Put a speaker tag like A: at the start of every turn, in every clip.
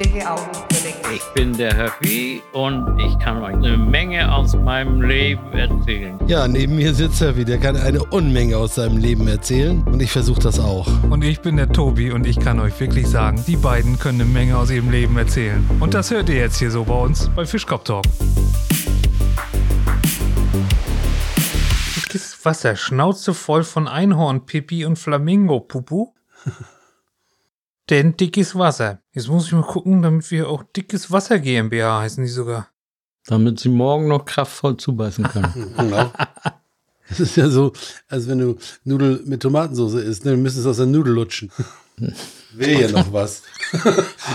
A: Ich bin der Höfi und ich kann euch eine Menge aus meinem Leben erzählen.
B: Ja, neben mir sitzt Höfi, der kann eine Unmenge aus seinem Leben erzählen und ich versuche das auch.
C: Und ich bin der Tobi und ich kann euch wirklich sagen, die beiden können eine Menge aus ihrem Leben erzählen. Und das hört ihr jetzt hier so bei uns bei Fischkopf Talk. Dickes Wasser, Schnauze voll von Einhornpipi und Flamingo-Pupu. Denn dickes Wasser. Jetzt muss ich mal gucken, damit wir auch dickes Wasser GmbH heißen die sogar.
D: Damit sie morgen noch kraftvoll zubeißen können.
B: Genau. Das ist ja so, als wenn du Nudel mit Tomatensauce isst, ne? wir müssen es aus der Nudel lutschen. Will hier noch was.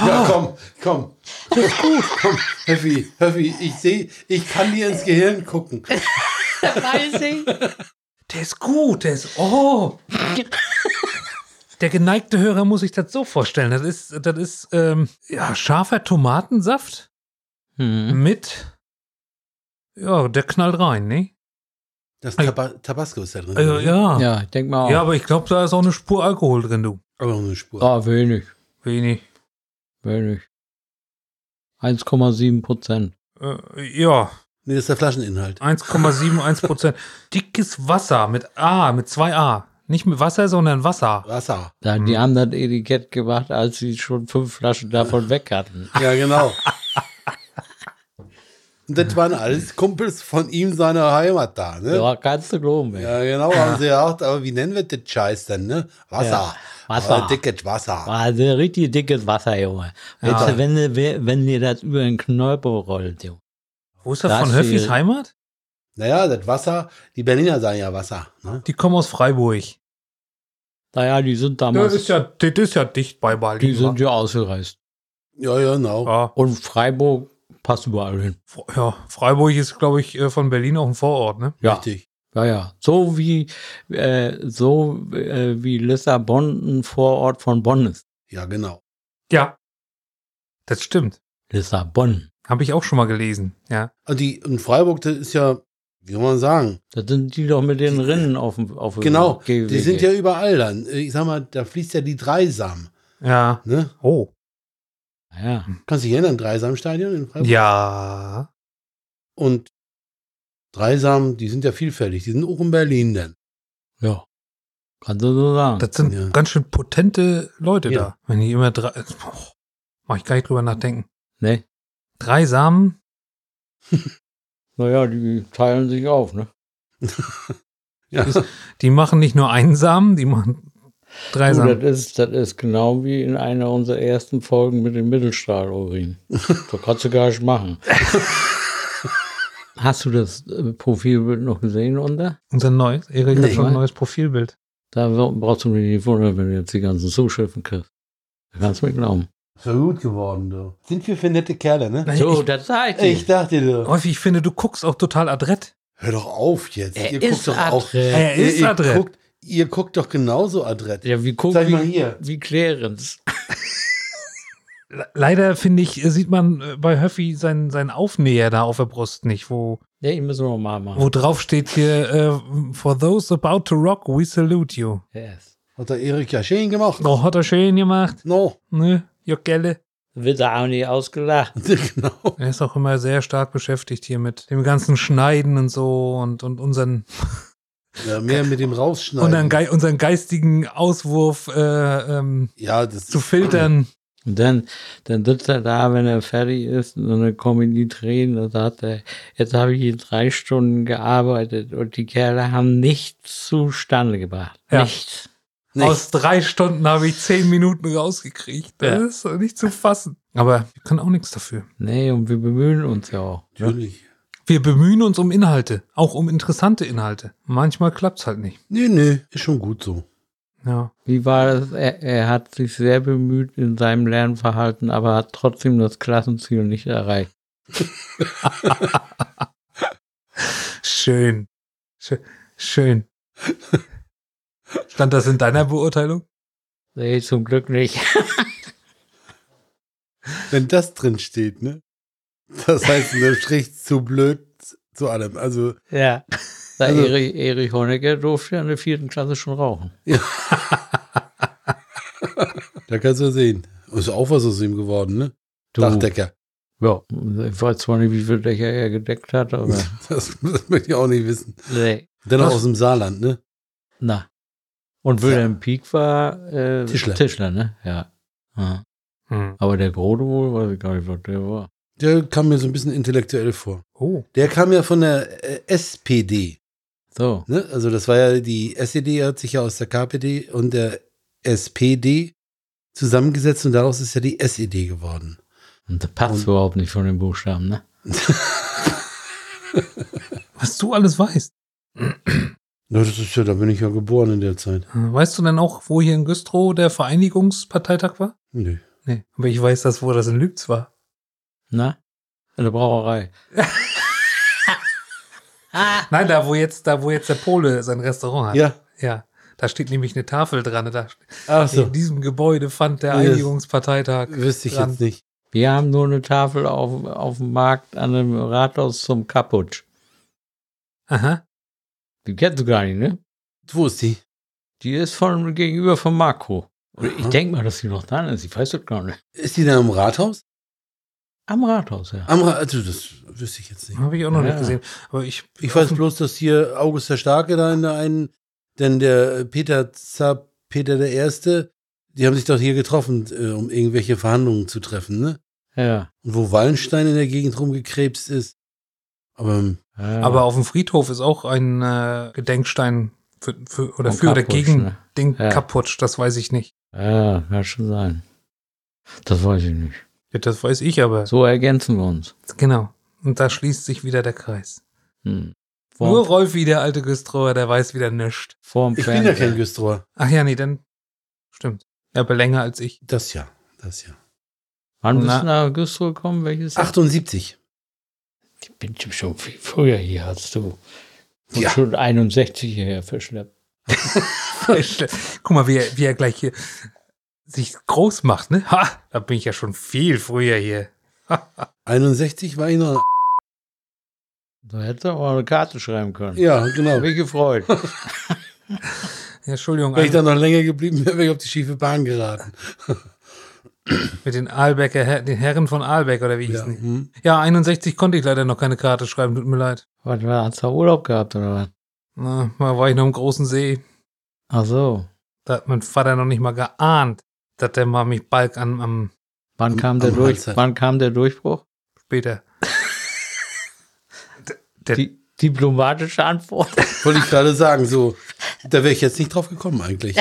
B: ja, komm, komm. Das ist gut. Komm, Höffi, Höffi, ich sehe, ich kann dir ins Gehirn gucken.
E: Weiß ich.
C: Der ist gut, der ist. Oh! Der geneigte Hörer muss sich das so vorstellen. Das ist, das ist ähm, ja, scharfer Tomatensaft
D: Hm.
C: mit. Ja, der knallt rein, ne?
B: Das Taba Tabasco ist da drin. ne?
C: Also, ja. ja.
D: Mhm. Ja, ich denk mal auch.
C: aber ich glaube, da ist auch eine Spur Alkohol drin, du.
B: Aber nur eine Spur.
D: Ah, wenig,
C: Wenig.
D: wenig. 1,7 Prozent.
C: Äh, ja,
B: Nee, das ist der Flascheninhalt.
C: 1,71 Prozent. Dickes Wasser mit A, mit zwei A. Nicht mit Wasser, sondern Wasser.
B: Wasser.
D: Da, Die haben das Etikett gemacht, als sie schon fünf Flaschen davon weg hatten.
B: Ja, genau. Und das waren alles Kumpels von ihm, seiner Heimat da, ne?
D: Ja, kannst du glauben, ey.
B: Ja, genau, haben sie ja auch, aber wie nennen wir das Scheiß denn, ne? Wasser.
D: Ja, Wasser.
B: Aber dickes Wasser.
D: War also richtig dickes Wasser, Junge. Weißt du, wenn, du- wenn dir das über den Knäuel rollt, Junge.
C: Wo ist das,
D: Das
C: von Höffis
D: viel.
C: Heimat?
B: Naja, das Wasser, die Berliner sagen ja Wasser, ne?
C: Die kommen aus Freiburg.
D: Naja, die sind
C: Das
D: damals,
C: ist ja, das ist ja dicht bei Berlin.
D: die sind
C: wa?
D: ja ausgereist.
B: Ja, ja, genau.
C: ja.
D: Und Freiburg passt überall hin.
C: Fre- ja, Freiburg ist, glaube ich, äh, von Berlin auch ein Vorort, ne?
D: Ja.
B: Richtig.
D: Ja, ja. So wie, äh, so, äh, wie Lissabon ein Vorort von Bonn ist.
B: Ja, genau.
C: Ja. Das stimmt.
D: Lissabon.
C: Habe ich auch schon mal gelesen, ja.
B: Und, die, und Freiburg, das ist ja, wie soll man sagen,
D: Das sind die doch mit den Rinnen auf dem auf dem
B: genau,
D: Gehweg.
B: die sind ja überall dann. Ich sag mal, da fließt ja die Dreisam,
C: Ja.
B: ne?
C: Oh.
D: Ja,
B: Kannst du dich erinnern, Dreisam-Stadion in Freiburg?
C: Ja.
B: Und Dreisam, die sind ja vielfältig, die sind auch in Berlin dann.
D: ja. Kannst du so sagen.
C: Das sind
B: Ja.
C: ganz schön potente Leute
B: Ja.
C: da. Wenn die immer drei. Oh, mach ich gar nicht drüber nachdenken.
D: ne?
C: Drei Samen.
D: Naja, die teilen sich auf, ne?
B: Ja.
C: Ist- Die machen nicht nur einen Samen, die machen drei
D: Du, das,
B: Also-
C: Samen.
D: ist, das ist genau wie in einer unserer ersten Folgen mit dem Mittelstrahlurin. so kannst du gar nicht machen. Hast du das äh, Profilbild noch gesehen unter?
C: Unser neues, Erik hat
B: Nee.
C: schon ein neues Profilbild.
D: Da w- brauchst du mich nicht wundern, wenn du jetzt die ganzen Zuschriften kriegst. Da kannst du mir glauben.
B: Ist ja gut geworden, du. Sind wir für nette Kerle, ne?
D: So, das zeigt
B: Ich
D: ich.
B: dachte dir.
C: Häufig, ich finde, du guckst auch total adrett.
B: Hör doch auf jetzt.
D: Er
B: ihr
D: ist
B: guckt doch auch.
D: adrett.
C: Er ist
B: ihr,
C: adrett.
B: Guckt, ihr guckt doch genauso adrett.
D: Ja, wie guck
B: Sag mal
D: wie,
B: hier.
D: wie Clarence.
C: Le- Leider, finde ich, sieht man äh, bei Höffi seinen, seinen Aufnäher da auf der Brust nicht, wo,
D: Ja, ich muss noch mal machen.
C: wo drauf steht hier, äh, for those about to rock, we salute you.
D: Yes.
B: Hat der Erik ja schön gemacht.
C: Oh, hat er schön gemacht,
B: No.
C: ne? Jogelle.
D: Wird da auch nicht ausgelacht.
B: genau.
C: Er ist auch immer sehr stark beschäftigt hier mit dem ganzen Schneiden und so und, und unseren,
B: Ja, mehr mit dem
C: unseren,
B: Rausschneiden.
C: Gei- unseren geistigen Auswurf äh, ähm,
B: ja, das
C: zu filtern.
D: Und dann, dann sitzt er da, wenn er fertig ist, und dann kommen ihm die Tränen und sagt er, jetzt habe ich hier drei Stunden gearbeitet und die Kerle haben nichts zustande gebracht.
C: Ja.
D: Nichts.
B: Nicht.
C: Aus drei Stunden habe ich zehn Minuten rausgekriegt. Das
B: Ja.
C: ist nicht zu fassen. Aber wir können auch nichts dafür.
D: Nee, und wir bemühen uns ja auch.
B: Natürlich.
C: Wir bemühen uns um Inhalte, auch um interessante Inhalte. Manchmal klappt's halt nicht.
B: Nee, nee, ist schon gut so.
C: Ja.
D: Wie war das? Er, er hat sich sehr bemüht in seinem Lernverhalten, aber hat trotzdem das Klassenziel nicht erreicht.
C: Schön. Schö- Schön. Stand das in deiner Beurteilung?
D: Nee, zum Glück nicht.
B: Wenn das drin steht, ne? Das heißt unter Strich zu blöd zu allem. Also,
D: ja. Da
B: Also-
D: Erich, Erich Honecker durfte ja in der vierten Klasse schon rauchen.
B: Da kannst du ja sehen. Ist auch was aus ihm geworden, ne?
D: Du.
B: Dachdecker.
D: Ja, ich weiß zwar nicht, wie viel Dächer er gedeckt hat, aber
B: Das, das möchte ich auch nicht wissen.
D: nee,
B: Dennoch
D: Was?
B: aus dem Saarland, ne?
D: na. Und Wilhelm Pieck war äh,
B: Tischler.
D: Tischler, ne? Ja. ja.
C: Hm.
D: Aber der Grote wohl, weiß ich gar nicht, was der war.
B: Der kam mir so ein bisschen intellektuell vor.
C: Oh,
B: Der kam ja von der äh, SPD.
D: So,
B: Ne? Also das war ja die SED hat sich ja aus der KPD und der SPD zusammengesetzt und daraus ist ja die SED geworden.
D: und der passt
B: Und-
D: überhaupt nicht von den Buchstaben, ne?
C: was du alles weißt.
B: Na, das ist ja, da bin ich ja geboren in der Zeit.
C: Hm, Weißt du denn auch, wo hier in Güstrow der Vereinigungsparteitag war?
B: Nö.
C: Nee, aber ich weiß das, wo das in Lübz war.
D: Na? In der Brauerei.
C: Nein, da wo jetzt, da wo jetzt der Pole sein Restaurant hat.
B: Ah. Ja.
C: Ja, da steht nämlich eine Tafel dran. Da,
B: Ach so,
C: In diesem Gebäude fand der
B: Yes.
C: Einigungsparteitag.
B: wüsste ich
C: dran.
B: jetzt nicht.
D: Wir haben nur eine Tafel auf, auf dem Markt an einem Rathaus zum Kaputsch.
C: Aha.
D: Die kennst du gar nicht, ne?
B: Wo ist die?
D: Die ist von gegenüber von Marco. Und ich
B: Aha.
D: denke mal, dass sie noch da ist. Ich weiß das gar nicht.
B: Ist die da im Rathaus?
D: Am Rathaus, ja.
B: Am Ra also das wüsste ich jetzt nicht.
C: Habe ich auch noch
D: Ja.
C: nicht gesehen. Aber ich,
B: Ich weiß bloß, dass hier August der Starke da in der einen, denn der Peter Zar, Peter der Erste, die haben sich doch hier getroffen, äh, um irgendwelche Verhandlungen zu treffen, ne?
D: ja.
B: Und wo Wallenstein in der Gegend rumgekrebst ist. Aber ähm,
D: ja.
C: aber auf dem Friedhof ist auch ein äh, Gedenkstein für, für, oder
D: Von
C: für oder
D: Kaputsch,
C: gegen
D: ne?
C: den
D: Ja.
C: Kaputsch. Das weiß ich nicht.
D: ja, kann schon sein. Das weiß ich nicht.
C: Ja, das weiß ich aber.
D: So ergänzen wir uns.
C: Genau. Und da schließt sich wieder der Kreis.
D: Hm. Vor,
C: Nur Rolfi, der alte Güstrower, der weiß wieder nichts.
D: vor dem
B: ich bin ja
D: Fernseher.
B: kein Güstrower.
C: Ach ja, nee, dann stimmt. Ja, aber länger als ich.
B: Das ja, das ja.
D: Wann bist
C: Na-
D: du nach Güstrow gekommen? Welches? Jahr?
B: 78.
D: ich bin schon viel früher hier als du. Und
B: Ja.
D: schon 61 hierher verschleppt.
C: Guck mal, wie er, wie er gleich hier sich groß macht, ne? Ha, da bin ich ja schon viel früher hier.
B: 61 war ich noch.
D: Da hättest du auch eine Karte schreiben können.
B: Ja, genau.
D: Hab mich gefreut.
C: Ja, Entschuldigung,
B: Wäre ich da noch länger geblieben, wäre ich auf die schiefe Bahn geraten.
C: mit den Aalbecker, Her- den Herren von Aalbeck oder wie hieß
B: Ja,
C: ja.
B: hm.
C: ja, 61 konnte ich leider noch keine Karte schreiben, tut mir leid.
D: Was war, hast du Urlaub gehabt oder was?
C: Na, mal war ich noch im großen See.
D: Ach so.
C: Da hat mein Vater noch nicht mal geahnt, dass der mal mich Balk an, am
D: Wann
B: Am-
D: kam, der
B: am
D: durch,
B: Halse.
D: wann kam der Durchbruch?
C: später. Der-
D: Die diplomatische Antwort.
B: Wollte ich gerade sagen, so. Da wäre ich jetzt nicht drauf gekommen eigentlich.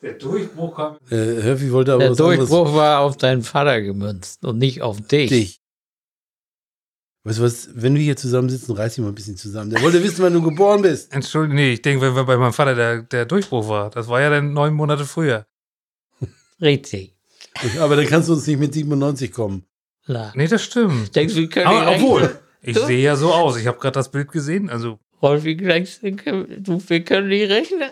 C: Der Durchbruch kam.
B: Äh, Herfi wollte aber
D: Der
B: was
D: Durchbruch war auf deinen Vater gemünzt und nicht auf dich.
B: anderes. Dich. Weißt du was, wenn wir hier zusammensitzen, reiß dich mal ein bisschen zusammen. Der wollte wissen, wann du geboren bist.
C: Entschuldigung, nee, ich denke, wenn wir bei meinem Vater der, der Durchbruch war, das war ja dann neun Monate früher.
D: Richtig.
B: Aber dann kannst du uns nicht mit 97 kommen.
D: Na.
C: Nee, das stimmt.
D: Denkst du, wir können
C: Aber,
D: direkt-
C: obwohl, ich
D: Du?
C: sehe ja so aus. Ich habe gerade das Bild gesehen. Also,
D: Rolfi, denkst du, du, wir können nicht rechnen?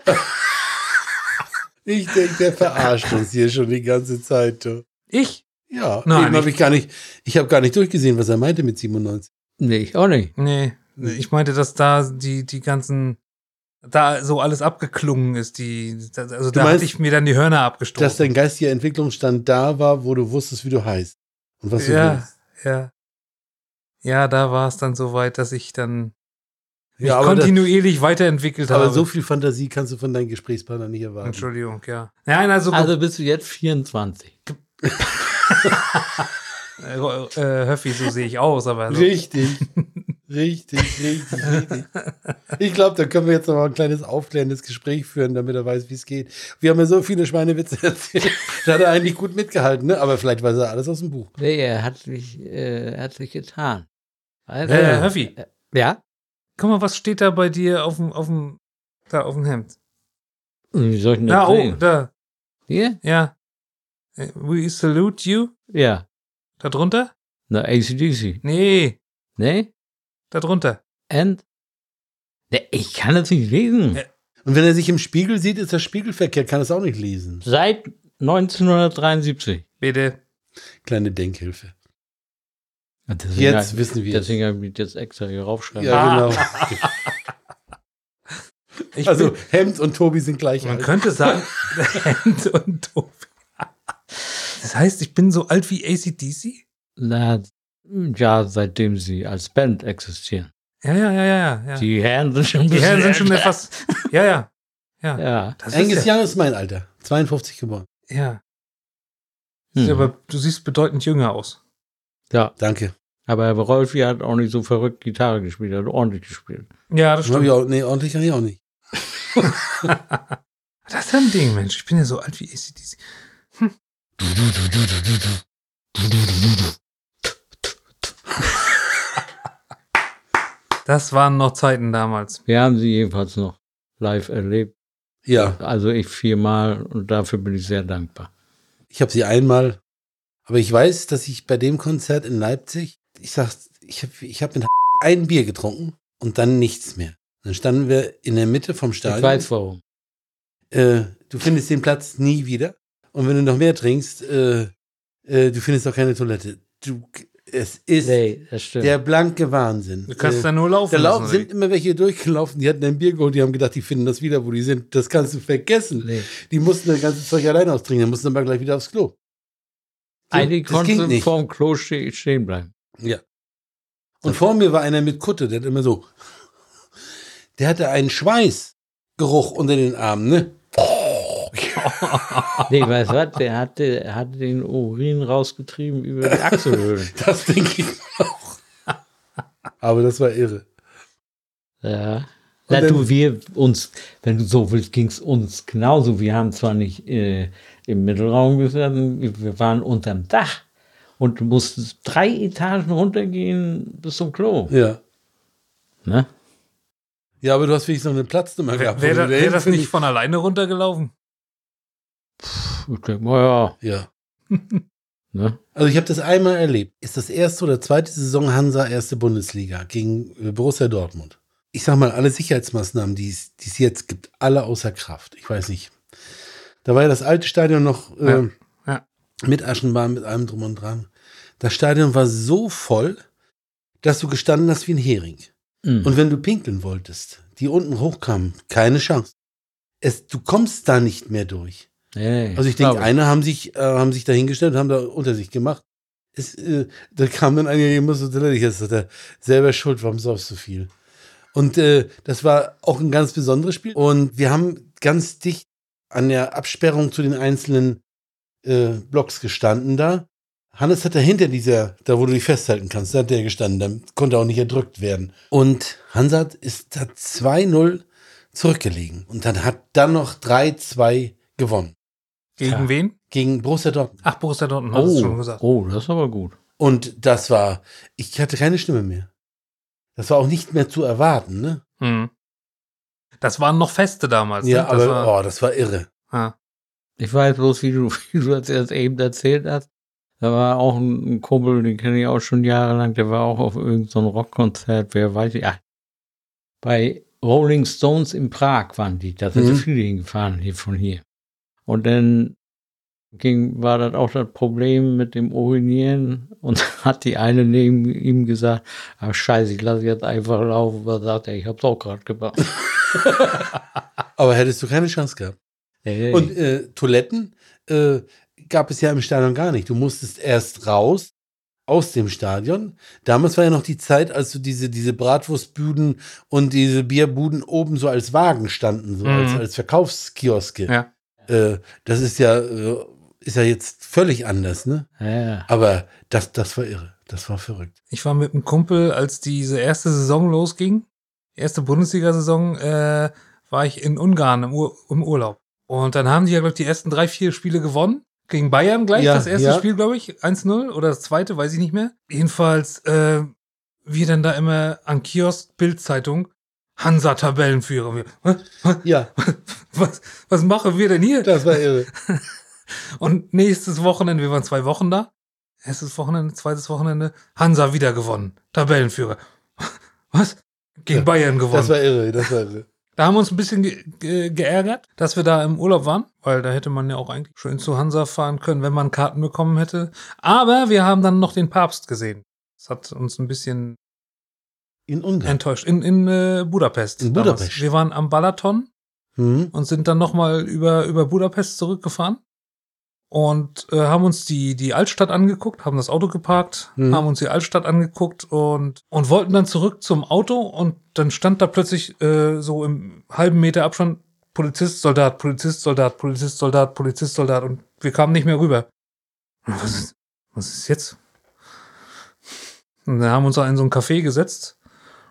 B: Ich denke, der verarscht uns hier schon die ganze Zeit. Du.
C: ich?
B: Ja,
C: Nein,
B: eben habe ich gar nicht, ich habe gar nicht durchgesehen, was er meinte mit 97.
D: Nee, ich auch nicht.
C: Nee. Ich meinte, dass da die, die ganzen, da so alles abgeklungen ist. Die, das- also da
B: meinst,
C: hatte ich mir dann die Hörner
B: Dass
C: abgestoßen.
B: dein geistiger Entwicklungsstand da war, wo du wusstest, wie du heißt. Und was du
C: ja,
B: willst.
C: ja. Ja, da war es dann so weit, dass ich dann mich
B: Ja, aber, das,
C: kontinuierlich weiterentwickelt
B: aber
C: habe.
B: so viel Fantasie kannst du von deinen Gesprächspartnern nicht erwarten.
C: Entschuldigung, ja. Nein, also,
D: Also bist du jetzt 24.
C: äh, äh, Höffi, so sehe ich aus, aber also,
B: Richtig. richtig, richtig, richtig. Ich glaube, da können wir jetzt noch mal ein kleines aufklärendes Gespräch führen, damit er weiß, wie es geht. Wir haben ja so viele Schweinewitze erzählt. Da hat er eigentlich gut mitgehalten, ne? aber vielleicht weiß er alles aus dem Buch.
D: Nee, er hat sich, äh, hat sich getan. Weißt
C: Äh,
D: du?
C: Höffi,
D: ja?
C: guck mal, was steht da bei dir auf dem, auf dem, da auf dem Hemd?
D: Wie soll ich denn
C: Da,
D: das
C: oh,
D: sehen?
C: da.
D: Hier?
C: Ja. Äh, We salute you.
D: Ja.
C: Da drunter?
D: Na, ACDC.
C: Nee,
D: Nee?
C: da drunter.
D: And? Nee, ich kann das nicht lesen.
C: Äh.
B: Und wenn er sich im Spiegel sieht, ist das Spiegel verkehrt, kann es auch nicht lesen.
D: Seit 1973.
C: Bitte.
B: Kleine Denkhilfe.
D: Deswegen
B: Jetzt wissen wir.
C: Ah.
D: Deswegen habe ich das extra hier raufschreiben.
B: Ja, genau.
D: Ich
B: Also Hemd und Tobi sind gleich
C: Man
B: alt.
C: könnte sagen, Hand und Tobi. Das heißt, ich bin so alt wie ACDC?
D: Na, ja, seitdem sie als Band existieren.
C: Ja, ja, ja, ja. ja. Die,
D: Die Herren sind schon ein bisschen
C: Herren sind schon
D: älter.
C: etwas. Ja, ja.
D: Ja,
C: Das
B: Angus
C: ist ja.
B: Young ist mein Alter. 52 geboren.
C: ja.
D: hm.
C: Ist
D: aber,
C: aber du siehst bedeutend jünger aus.
D: ja.
B: Danke.
D: aber Rolfi hat auch nicht so verrückt Gitarre gespielt, hat ordentlich gespielt.
C: Ja, das
B: Hab
C: stimmt.
B: ich auch, nee, ordentlich kann ich auch nicht.
C: Das ist ja ein Ding, Mensch. Ich bin ja so alt wie ACDC. Das waren noch Zeiten damals.
D: Wir haben sie jedenfalls noch live erlebt.
B: Ja,
D: Also ich viermal und dafür bin ich sehr dankbar.
B: ich habe sie einmal. Aber ich weiß, dass ich bei dem Konzert in Leipzig, ich sag, ich habe ich hab mit ein Bier getrunken und dann nichts mehr. Dann standen wir in der Mitte vom Stadion.
D: Ich weiß warum.
B: äh, du findest den Platz nie wieder. Und wenn du noch mehr trinkst, äh, äh, du findest auch keine Toilette. Du, es ist
D: Nee, das stimmt.
B: der blanke Wahnsinn.
C: Du kannst
B: Äh,
C: da nur laufen.
B: da laufen,
C: lassen, oder
B: sind immer welche durchgelaufen, die hatten ein Bier geholt, die haben gedacht, die finden das wieder, wo die sind. Das kannst du vergessen.
D: nee.
B: Die mussten das ganze Zeug allein austrinken, dann mussten aber gleich wieder aufs Klo. So,
D: Eigentlich
B: das ging
D: konnte
B: nicht.
D: vorm Klo ste stehen bleiben.
B: Ja. Und vor mir war einer mit Kutte, der hat immer so. Der hatte einen Schweißgeruch unter den Armen, ne?
D: Nee, weißt du was? Der hatte, hatte den Urin rausgetrieben über die Achselhöhlen.
B: Das denke ich auch. Aber das war irre.
D: Ja.
B: Und
D: Na
B: dann-
D: du, wir uns, wenn du so willst, ging es uns genauso. Wir haben zwar nicht äh, im Mittelraum gesessen, wir wir waren unterm Dach und du musstest drei Etagen runtergehen bis zum Klo.
B: Ja.
D: Ne?
B: Ja, aber du hast wenigstens noch eine Platznummer
C: Wäre
B: gehabt. wo
C: wär
B: du
C: da-
B: da
C: wär das
B: hinfindest.
C: nicht von alleine runtergelaufen?
D: Ich denke mal, ja.
B: Ja.
D: Ne?
B: Also ich habe das einmal erlebt. Ist das erste oder zweite Saison Hansa erste Bundesliga gegen äh, Borussia Dortmund. Ich sag mal, alle Sicherheitsmaßnahmen, die es die es jetzt gibt, alle außer Kraft. Ich weiß nicht. Da war ja das alte Stadion noch äh,
C: Ja, ja.
B: mit Aschenbahn, mit allem drum und dran. Das Stadion war so voll, dass du gestanden hast wie ein Hering.
D: Mhm.
B: Und wenn du pinkeln wolltest, die unten hochkamen, keine Chance. Es, du kommst da nicht mehr durch.
D: Nee,
B: Also ich
D: glaub
B: denke, eine haben sich, äh, haben sich dahingestellt und haben da unter sich gemacht. Es, äh, da kam dann einer, ihr müsst natürlich, das ist er selber schuld, warum saufst du viel? Und äh, das war auch ein ganz besonderes Spiel. Und wir haben ganz dicht an der Absperrung zu den einzelnen äh, Blocks gestanden da. Hannes hat da hinter dieser, da wo du dich festhalten kannst, da hat der gestanden, da konnte auch nicht erdrückt werden. Und Hansard ist da 2-0 zurückgelegen und dann hat dann noch 3-2 gewonnen
C: Gegen
D: Ja.
C: wen?
B: gegen Borussia Dortmund.
C: Ach, Borussia Dortmund, hast du schon
D: Oh,
C: gesagt.
D: oh, das ist aber gut.
B: Und das war, ich hatte keine Stimme mehr. Das war auch nicht mehr zu erwarten, ne?
C: Hm. Das waren noch Feste damals.
B: ja,
C: ne? das
B: aber
C: war,
B: oh, das war irre.
C: ja.
D: Ich weiß bloß, wie du, wie du das erst eben erzählt hast. Da war auch ein, ein Kumpel, den kenne ich auch schon jahrelang, der war auch auf irgendeinem so Rockkonzert, wer weiß ich. Ach, bei Rolling Stones in Prag waren die, da sind
B: Mhm.
D: viele hingefahren hier von hier. Und dann ging, war das auch das Problem mit dem Urinieren und hat die eine neben ihm gesagt, ach scheiße, ich lasse jetzt einfach laufen, was sagt er, ich hab's auch gerade gemacht.
B: Aber hättest du keine Chance gehabt.
D: Hey.
B: Und äh, Toiletten äh, gab es ja im Stadion gar nicht. Du musstest erst raus aus dem Stadion. Damals war ja noch die Zeit, als so diese, diese Bratwurstbuden und diese Bierbuden oben so als Wagen standen, so
C: Mhm.
B: als, als Verkaufskioske.
C: Ja.
B: Äh, das ist ja, äh, ist ja jetzt völlig anders, ne?
D: ja,
B: Aber das, das war irre. Das war verrückt.
C: Ich war mit einem Kumpel, als diese erste Saison losging, erste Bundesliga-Saison, äh, war ich in Ungarn im, Ur im Urlaub. Und dann haben die ja, glaube ich, die ersten drei, vier Spiele gewonnen. Gegen Bayern gleich,
B: Ja,
C: das erste
B: ja.
C: Spiel, glaube ich, 1-0 oder das zweite, weiß ich nicht mehr. Jedenfalls, äh, wir dann da immer an Kiosk, Bildzeitung, Hansa-Tabellenführer. Wir, "Hä?
B: Ja,
C: Was, was machen wir denn hier?
B: das war irre.
C: Und nächstes Wochenende, wir waren zwei Wochen da. Erstes Wochenende, zweites Wochenende, Hansa wieder gewonnen. Tabellenführer. Was? Gegen
B: Ja,
C: Bayern
B: Das
C: gewonnen.
B: war irre. Das war irre.
C: da haben wir uns ein bisschen ge ge geärgert, dass wir da im Urlaub waren, weil da hätte man ja auch eigentlich schön zu Hansa fahren können, wenn man Karten bekommen hätte. Aber wir haben dann noch den Papst gesehen. Das hat uns ein bisschen
B: In Ungarn.
C: enttäuscht. In, in äh, Budapest.
B: In
C: damals.
B: Budapest.
C: Wir waren am Balaton
B: Hm?
C: und sind dann nochmal über, über Budapest zurückgefahren und äh, haben uns die, die Altstadt angeguckt, haben das Auto geparkt,
B: Mhm.
C: haben uns die Altstadt angeguckt und, und wollten dann zurück zum Auto und dann stand da plötzlich äh, so im halben Meter Abstand Polizist, Soldat, Polizist, Soldat, Polizist, Soldat, Polizist, Soldat und wir kamen nicht mehr rüber. Was ist, was ist jetzt? Und dann haben wir uns da in so ein Café gesetzt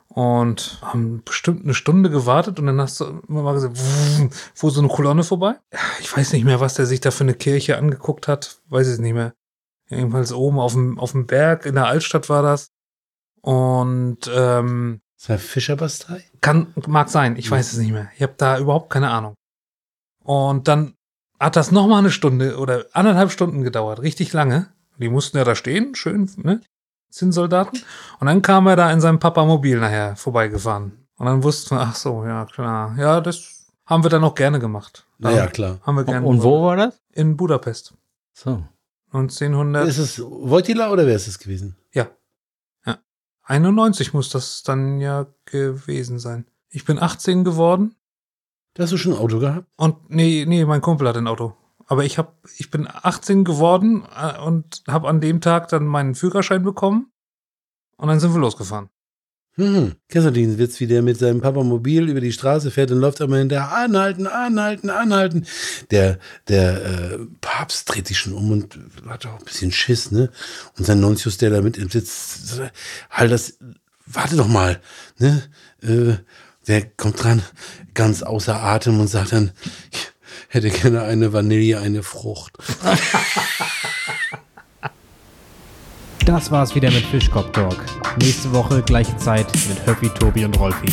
C: und haben bestimmt eine Stunde gewartet und dann hast du immer mal gesagt, wumm, fuhr so eine Kolonne vorbei. Ich weiß nicht mehr, was der sich da für eine Kirche angeguckt hat, weiß ich nicht mehr. Jedenfalls oben auf dem, auf dem Berg in der Altstadt war das. Und ähm,
B: Ist das Fischerbastei?
C: kann, mag sein, ich weiß es nicht mehr. Ich habe da überhaupt keine Ahnung. Und dann hat das nochmal eine Stunde oder anderthalb Stunden gedauert, richtig lange. Die mussten ja da stehen, schön, ne? Zinnsoldaten. Und dann kam er da in seinem Papamobil nachher vorbeigefahren. Und dann wussten wir, ach so, ja klar. Ja, das haben wir dann auch gerne gemacht.
B: Naja,
C: Haben-
B: klar.
C: Haben wir gerne
D: Und wo war das?
C: In Budapest.
D: So.
C: 1991
B: Ist es Wojtila oder wer ist es gewesen?
C: muss das dann ja gewesen sein. Ich bin 18 geworden
B: Da hast du schon ein Auto gehabt?
C: und nee, nee, mein Kumpel hat ein Auto. Aber ich hab, ich bin 18 geworden äh, und habe an dem Tag dann meinen Führerschein bekommen und dann sind wir losgefahren.
B: Hm. Kennst du den Witz, wie der mit seinem Papamobil über die Straße fährt und läuft einmal hinterher, anhalten, anhalten, anhalten. Der, der äh, Papst dreht sich schon um und hat auch ein bisschen Schiss, ne? Und sein Nuntius, der da mit im Sitz, äh, halt das, warte doch mal, ne? Äh, der kommt dran, ganz außer Atem und sagt dann, ich hätte gerne eine Vanille, eine Frucht.
F: Das war's wieder mit Fischkopf Talk. Nächste Woche gleiche Zeit mit Höppi, Tobi und Rolfi.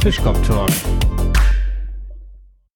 F: Fischkopf Talk.